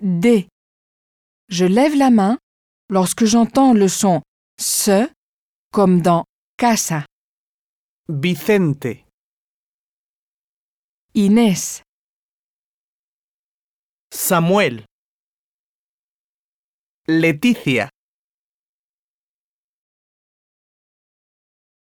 D. Je lève la main lorsque j'entends le son se comme dans casa. Vicente, Inés, Samuel, Leticia,